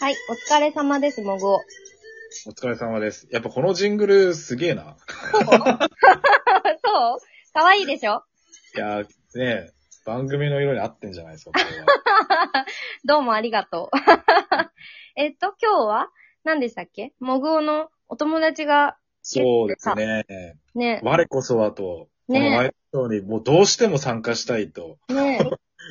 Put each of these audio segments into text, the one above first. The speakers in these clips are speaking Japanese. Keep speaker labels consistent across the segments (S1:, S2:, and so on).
S1: はい、お疲れ様です、もぐ お。
S2: お疲れ様です。やっぱこのジングルすげえな。
S1: そうかわいいでしょ
S2: いやー、ねえ番組の色に合ってんじゃないですか、こ れは。
S1: どうもありがとう。 えっと、今日は何でしたっけもぐおのお友達が、
S2: そうですね。
S1: ね、
S2: 我こそはと、このワイドショーにもうどうしても参加したいと
S1: ね、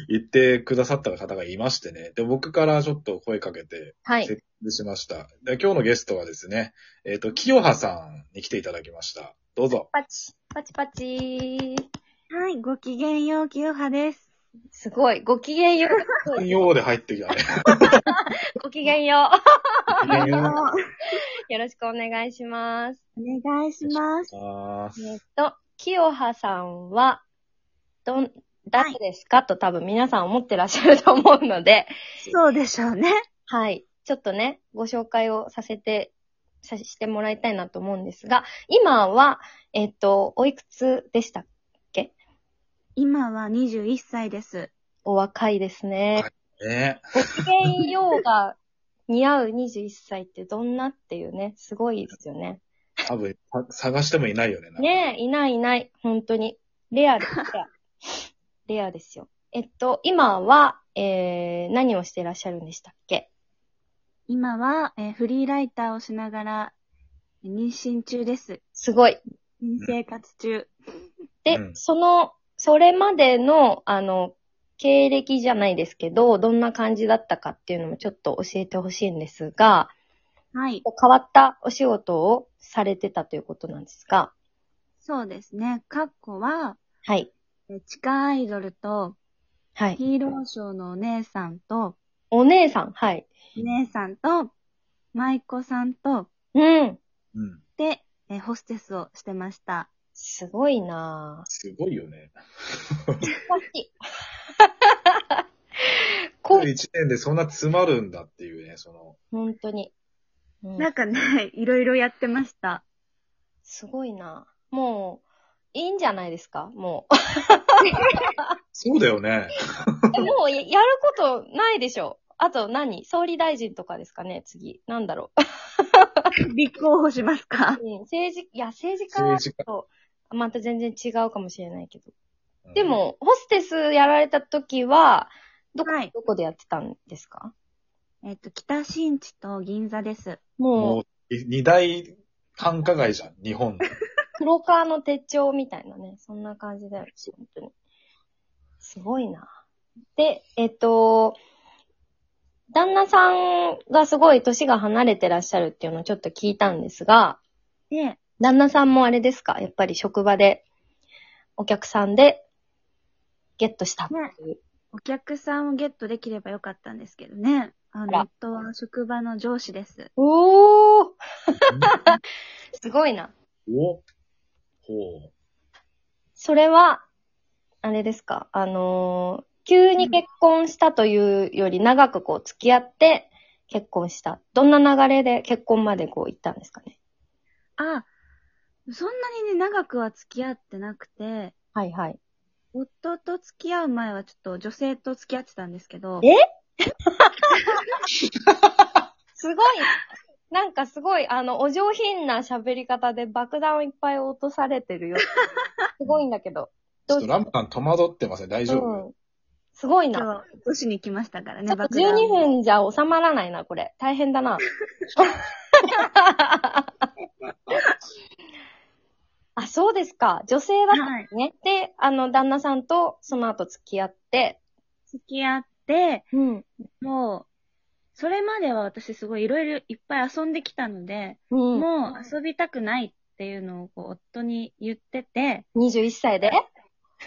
S2: 言ってくださった方がいましてね。で、僕からちょっと声かけて、
S1: はい。
S2: セッティングしました。で今日のゲストはですね、えっ、と、清葉さんに来ていただきました。どうぞ。
S1: パチ、パチパチ。
S3: はい、ごきげんよう、清葉です。
S1: すごい、ご機嫌よう。
S2: ようで入ってきたね。
S1: ご機嫌よ
S3: お
S2: あ
S1: う。よろしくお願いします。
S3: 願いします。
S2: ー
S1: えっと、清葉さんは、どん、誰ですか、と多分皆さん思ってらっしゃると思うので、
S3: そうでしょうね。
S1: はい。ちょっとね、ご紹介をさせて、さしてもらいたいなと思うんですが、今は、えっと、おいくつでした
S3: 今は21歳です。
S1: お若いですね。
S2: ね
S1: ごきげんようが似合う21歳ってどんなっていうね、すごいですよね。
S2: 多分、さ探してもいないよね。なんか
S1: ねえ、いないいない。本当に。レアです。レア レアですよ。えっと、今は、えー、何をしていらっしゃるんでしたっけ
S3: 今は、えーフリーライターをしながら、妊娠中です。
S1: すごい。
S3: 妊生活中。
S1: で、
S2: うん
S1: その、それまでの、あの、経歴じゃないですけど、どんな感じだったかっていうのもちょっと教えてほしいんですが、
S3: はい、
S1: 変わったお仕事をされてたということなんですが、
S3: そうですね。かっこは、
S1: はい。
S3: えー地下アイドルと、
S1: はい。
S3: ヒーローショーのお姉さんと、
S1: お姉さん、はい。
S3: 姉さんと、舞妓さんと、
S1: うん。
S2: うん。
S3: で、えーホステスをしてました。
S1: すごいなぁ。
S2: すごいよね。
S1: 素晴らしい こう、
S2: 一年でそんな詰まるんだっていうね、その、
S1: 本当に。うん
S3: なんかね、いろいろやってました。
S1: すごいなぁ。もう、いいんじゃないですかも
S2: そうだよね。
S1: えも うややることないでしょ。あと何総理大臣とかですかね次。なんだろ
S3: 立候補しますか
S1: う。うん、政治、いや、政治家
S2: 政治家。
S1: と、また全然違うかもしれないけど。で、も、ホステスやられた時は、どこ、
S3: はい
S1: どこでやってたんですか
S3: えっと、北新地と銀座です。
S1: も
S2: も
S1: う、
S2: う、い二大繁華街じゃん、日本。
S1: 黒川の手帳みたいなね。そんな感じだよ。本当に。すごいな。で、えっと、旦那さんがすごい年が離れてらっしゃるっていうのをちょっと聞いたんですが、
S3: で、
S1: 旦那さんもあれですかやっぱり職場で、お客さんで、ゲットしたっていう。
S3: お客さんをゲットできればよかったんですけどね。あ
S1: あら
S3: の、夫は職場の上司です。
S1: おーすごいな。
S2: おほ
S1: それは、あれですかあのー急に結婚したというより長くこう付き合って結婚した。どんな流れで結婚までこう行ったんですかね
S3: あ、そんなにね、長くは付き合ってなくて、
S1: はいはい。
S3: 夫と付き合う前はちょっと女性と付き合ってたんですけど、
S1: えすごいなんかすごい、あの、お上品な喋り方で爆弾をいっぱい落とされてる よ。すごいんだけど。
S2: ちょっとラムさん戸惑ってません、大丈夫。
S1: うん。すごいな。
S3: 今日、女子に来ましたから
S1: ちょ
S3: ね、
S1: っと
S3: 爆弾
S1: 12分じゃ収まらないな、これ。大変だ な。あ、そうですか。女性だったんですね。で、あの、旦那さんとその後付き合って。
S3: 付き合って、
S1: うん。
S3: もう、それまでは私すごいいろいろいっぱい遊んできたので、
S1: うん。
S3: もう遊びたくないっていうのをこう夫に言ってて、
S1: 21歳で。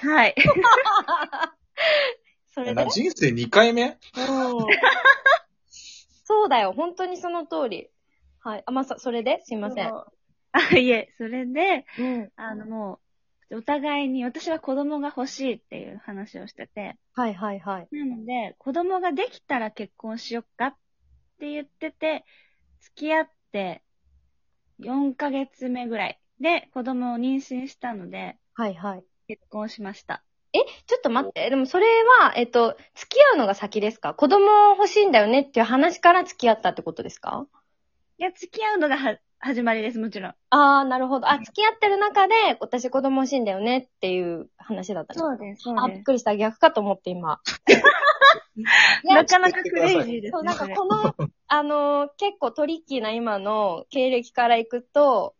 S3: はい。
S1: それで
S2: な。人生2回目
S1: うんそうだよ。本当にその通り。はい。あ、まあ、そそれですいません。
S3: そう。あ、いえ、それで、
S1: うん。
S3: あのもう、お互いに私は子供が欲しいっていう話をしてて、
S1: はいはいはい。
S3: なので、子供ができたら結婚しよっかって言ってて、付き合って4ヶ月目ぐらいで子供を妊娠したので、
S1: はいはい。
S3: 結婚しました。
S1: ちょっと待って。でもそれは、えっと、付き合うのが先ですか子供欲しいんだよねっていう話から付き合ったってことですか
S3: いや、付き合うのがは始まりです、もちろん。
S1: ああ、なるほど。あ、付き合ってる中で、私子供欲しいんだよねっていう話だったう
S3: うです、そ
S1: あ、びっ。くりした。逆かと思って今。いや
S3: なかなかクレイジーですね。
S1: そう、なんか
S3: それ
S1: この、あのー結構トリッキーな今の経歴からいくと、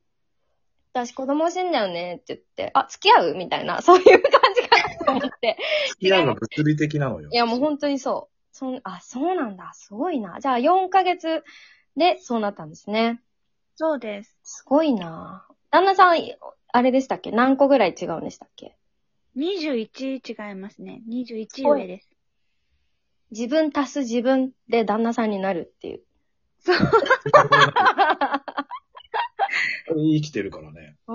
S1: 私子供欲しいんだよねって言って、あ、付き合うみたいな、そういう感じかなと思って。
S2: 付き合うのが物理的なのよ
S1: い。や、もう本当にそう。そん、あ、そうなんだ。すごいな。じゃあ4ヶ月でそうなったんですね。
S3: そうです。
S1: すごいな。旦那さん、あれでしたっけ何個ぐらい違うんでしたっけ
S3: 21違いますね。21上です。
S1: 自分足す自分で旦那さんになるっていう。
S2: 生きてるからね。
S1: う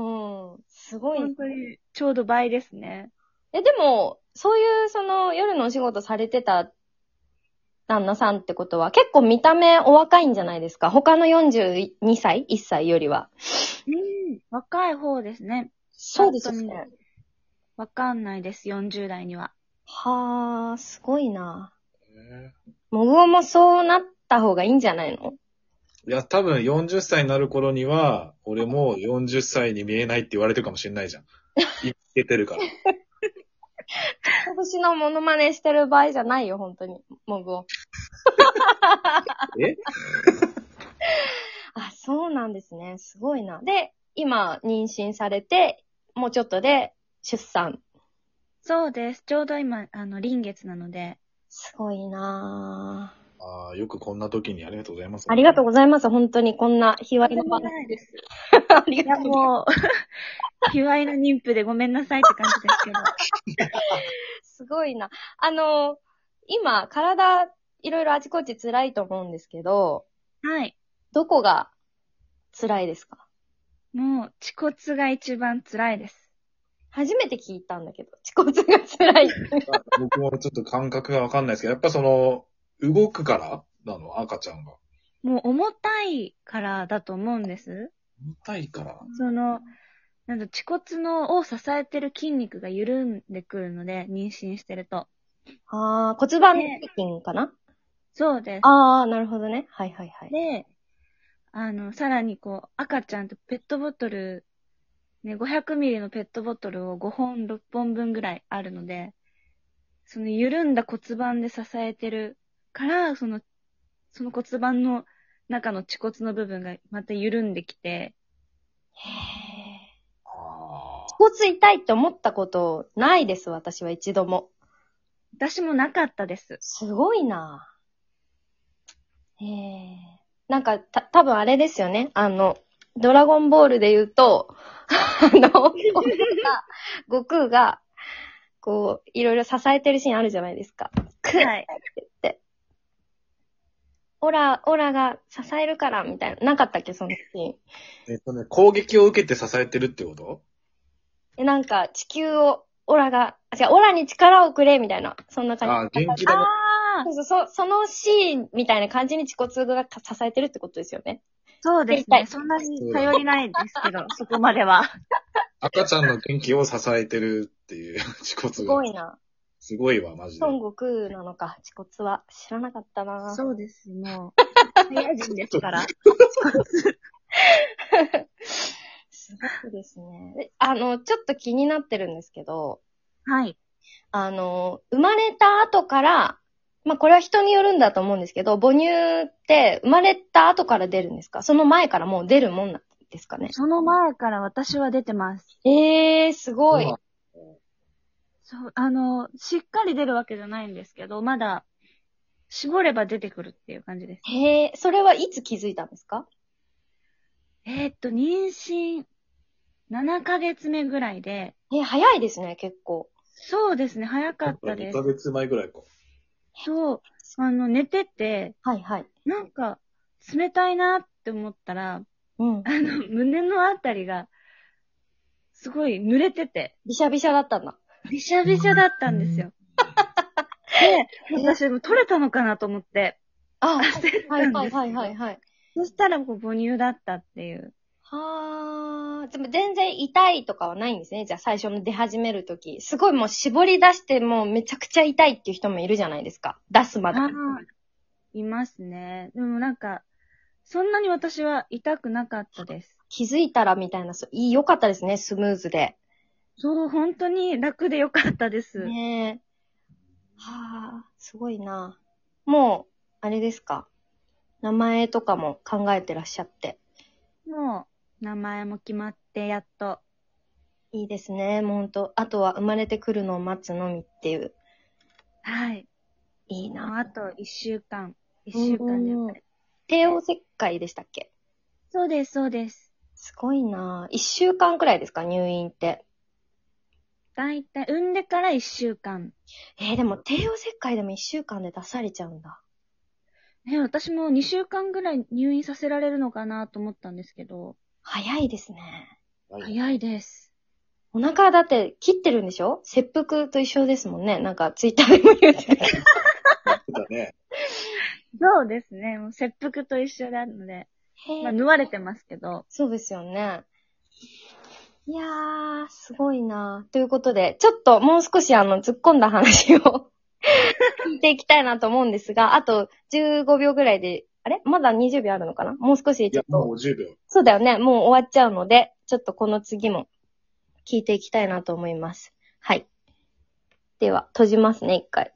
S1: ん。すごい
S3: 本当に、ちょうど倍ですね。
S1: え、でも、そういう、その、夜のお仕事されてた旦那さんってことは、結構見た目お若いんじゃないですか他の42歳 ?1 歳よりは。
S3: うん。若い方ですね。
S1: そうですよ
S3: 本
S1: ね。
S3: わかんないです、40代には。
S1: はあ、すごいな。
S2: ね
S1: もぐおもそうなった方がいいんじゃないの
S2: いや、多分40歳になる頃には、俺もう40歳に見えないって言われてるかもしれな いじゃん。言っててるから。
S1: 私のモノマネしてる場合じゃないよ、本当に。もぐお。
S2: え
S1: あ、そうなんですね。すごいな。で、今、妊娠されて、もうちょっとで出産。
S3: そうです。ちょうど今、あの、臨月なので。
S1: すごいなぁ。
S2: ああ、よくこんな時にありがとうございます。
S1: ありがとうございます。本当にこんな卑猥な場面。
S3: いです。
S1: あり
S3: いや、
S1: がとう。
S3: もう、 卑猥な妊婦でごめんなさいって感じですけど。
S1: すごいな。あの、今、体、いろいろあちこち辛いと思うんですけど、
S3: はい。
S1: どこが辛いですか
S3: もう、恥骨が一番辛いです。
S1: 初めて聞いたんだけど、 恥骨が 辛い。
S2: 僕もちょっと感覚がわかんないですけど、やっぱその、動くからなの、赤ちゃんが。
S3: もう、重たいからだと思うんです。
S2: 重たいから。
S3: その、なんだ、恥骨の、を支えてる筋肉が緩んでくるので、妊娠してると。
S1: あー、骨盤筋かな
S3: そうです。
S1: あー、なるほどね。はいはいはい。
S3: で、あの、さらにこう、赤ちゃんとペットボトル、ね、500ミリのペットボトルを5本、6本分ぐらいあるので、その緩んだ骨盤で支えてるから、その、その骨盤の中の恥骨の部分がまた緩んできて、
S1: へー
S2: ああ。
S1: 恥骨痛いって思ったことないです、私は一度も。
S3: 私もなかったです。
S1: すごいなぁ。へえ。なんか、た、多分あれですよね。あの、ドラゴンボールで言うと、あの、 悟空が悟空が、こう、いろいろ支えてるシーンあるじゃないですか。くっっ て
S3: はい。
S1: 言って。オラ、オラが支えるから、みたいな。なかったっけ、そのシーン。
S2: えっとね、攻撃を受けて支えてるってこと
S1: え、なんか、地球を、オラが、あ違う、オラに力をくれ、みたいな。そんな感じ。
S2: ああ、元気だね。
S3: ああ、
S1: そうそう、そそのシーンみたいな感じに恥骨が支えてるってことですよね。
S3: そうです
S1: 痛
S3: ね。
S1: い
S3: そんなに頼りないですけ ど、そこまでは。
S2: 赤ちゃんの元気を支えてるっていう、 恥
S1: す
S2: 骨
S1: ご
S2: が。
S1: いな。
S2: すごいわ、マジで。
S1: 孫悟空なのか、恥骨は。知らなかったな
S3: そうです。 もう、早人ですから。
S1: すごいですね。であの、ちょっと気になってるんですけど、
S3: はい。
S1: あの、生まれた後から、まあ、これは人によるんだと思うんですけど、母乳って生まれた後から出るんですかその前からもう出るもんなんですかね
S3: その前から私は出てます。
S1: ええー、すごい。
S2: まあ
S3: そう、あの、しっかり出るわけじゃないんですけど、まだ、絞れば出てくるっていう感じです。
S1: へえ、それはいつ気づいたんですか
S3: えーっと、妊娠7ヶ月目ぐらいで、
S1: え、早いですね、結構。
S3: そうですね、早かった
S2: 2
S3: です
S2: ヶ。月前ぐらいか。
S3: そう、あの、寝てて、
S1: はいはい。
S3: なんか、冷たいなって思ったら、
S1: うん。
S3: あの、胸のあたりが、すごい濡れてて、
S1: びしゃびしゃだったんだ。
S3: びしゃびしゃだったん ですよ。で、私も取れたのかなと思って、
S1: あ、
S3: 焦った
S1: はい
S3: ん
S1: はい
S3: です
S1: はい
S3: け
S1: は
S3: ど
S1: い。はい。
S3: そしたらこう母乳だったっていう。
S1: はあ、あ、でも全然痛いとかはないんですね。じゃあ最初の出始めるとき。すごいもう絞り出してもうめちゃくちゃ痛いっていう人もいるじゃないですか。出すまで。
S3: あーいますね。でもなんか、そんなに私は痛くなかったです。
S1: 気づいたらみたいな、そういい、良かったですね、スムーズで。
S3: そう、本当に楽でよかったです。
S1: ねえ。はあ、すごいな。もう、あれですか。名前とかも考えてらっしゃって。
S3: もう、名前も決まって、やっと。
S1: いいですね、もうほんと。あとは生まれてくるのを待つのみっていう。
S3: はい。
S1: いい
S3: もう
S1: な。
S3: あと一週間。一週間で生まれる。
S1: 帝王切開でしたっけ
S3: そうです、そうです。
S1: すごいな。一週間くらいですか、入院って。
S3: だいたい、産んでから一週間。
S1: えー、でも帝王切開でも一週間で出されちゃうんだ。
S3: ね、私も2週間ぐらい入院させられるのかなと思ったんですけど、
S1: 早いですね。
S2: はい
S3: 早いです。
S1: お腹だって切ってるんでしょ切腹と一緒ですもんね。なんかツイッターでも言ってた。
S2: だね。
S3: そうですね。もう切腹と一緒なので、
S1: へえ
S3: まあ、縫われてますけど。
S1: そうですよね。いやー、すごいなということで、ちょっともう少しあの、突っ込んだ話を 聞いていきたいなと思うんですが、あと15秒ぐらいで、あれまだ20秒あるのかなもう少し
S2: い
S1: ちょ
S2: や
S1: っ、
S2: も
S1: と。
S2: う10秒。
S1: そうだよね。もう終わっちゃうので、ちょっとこの次も聞いていきたいなと思います。はい。では、閉じますね、一回。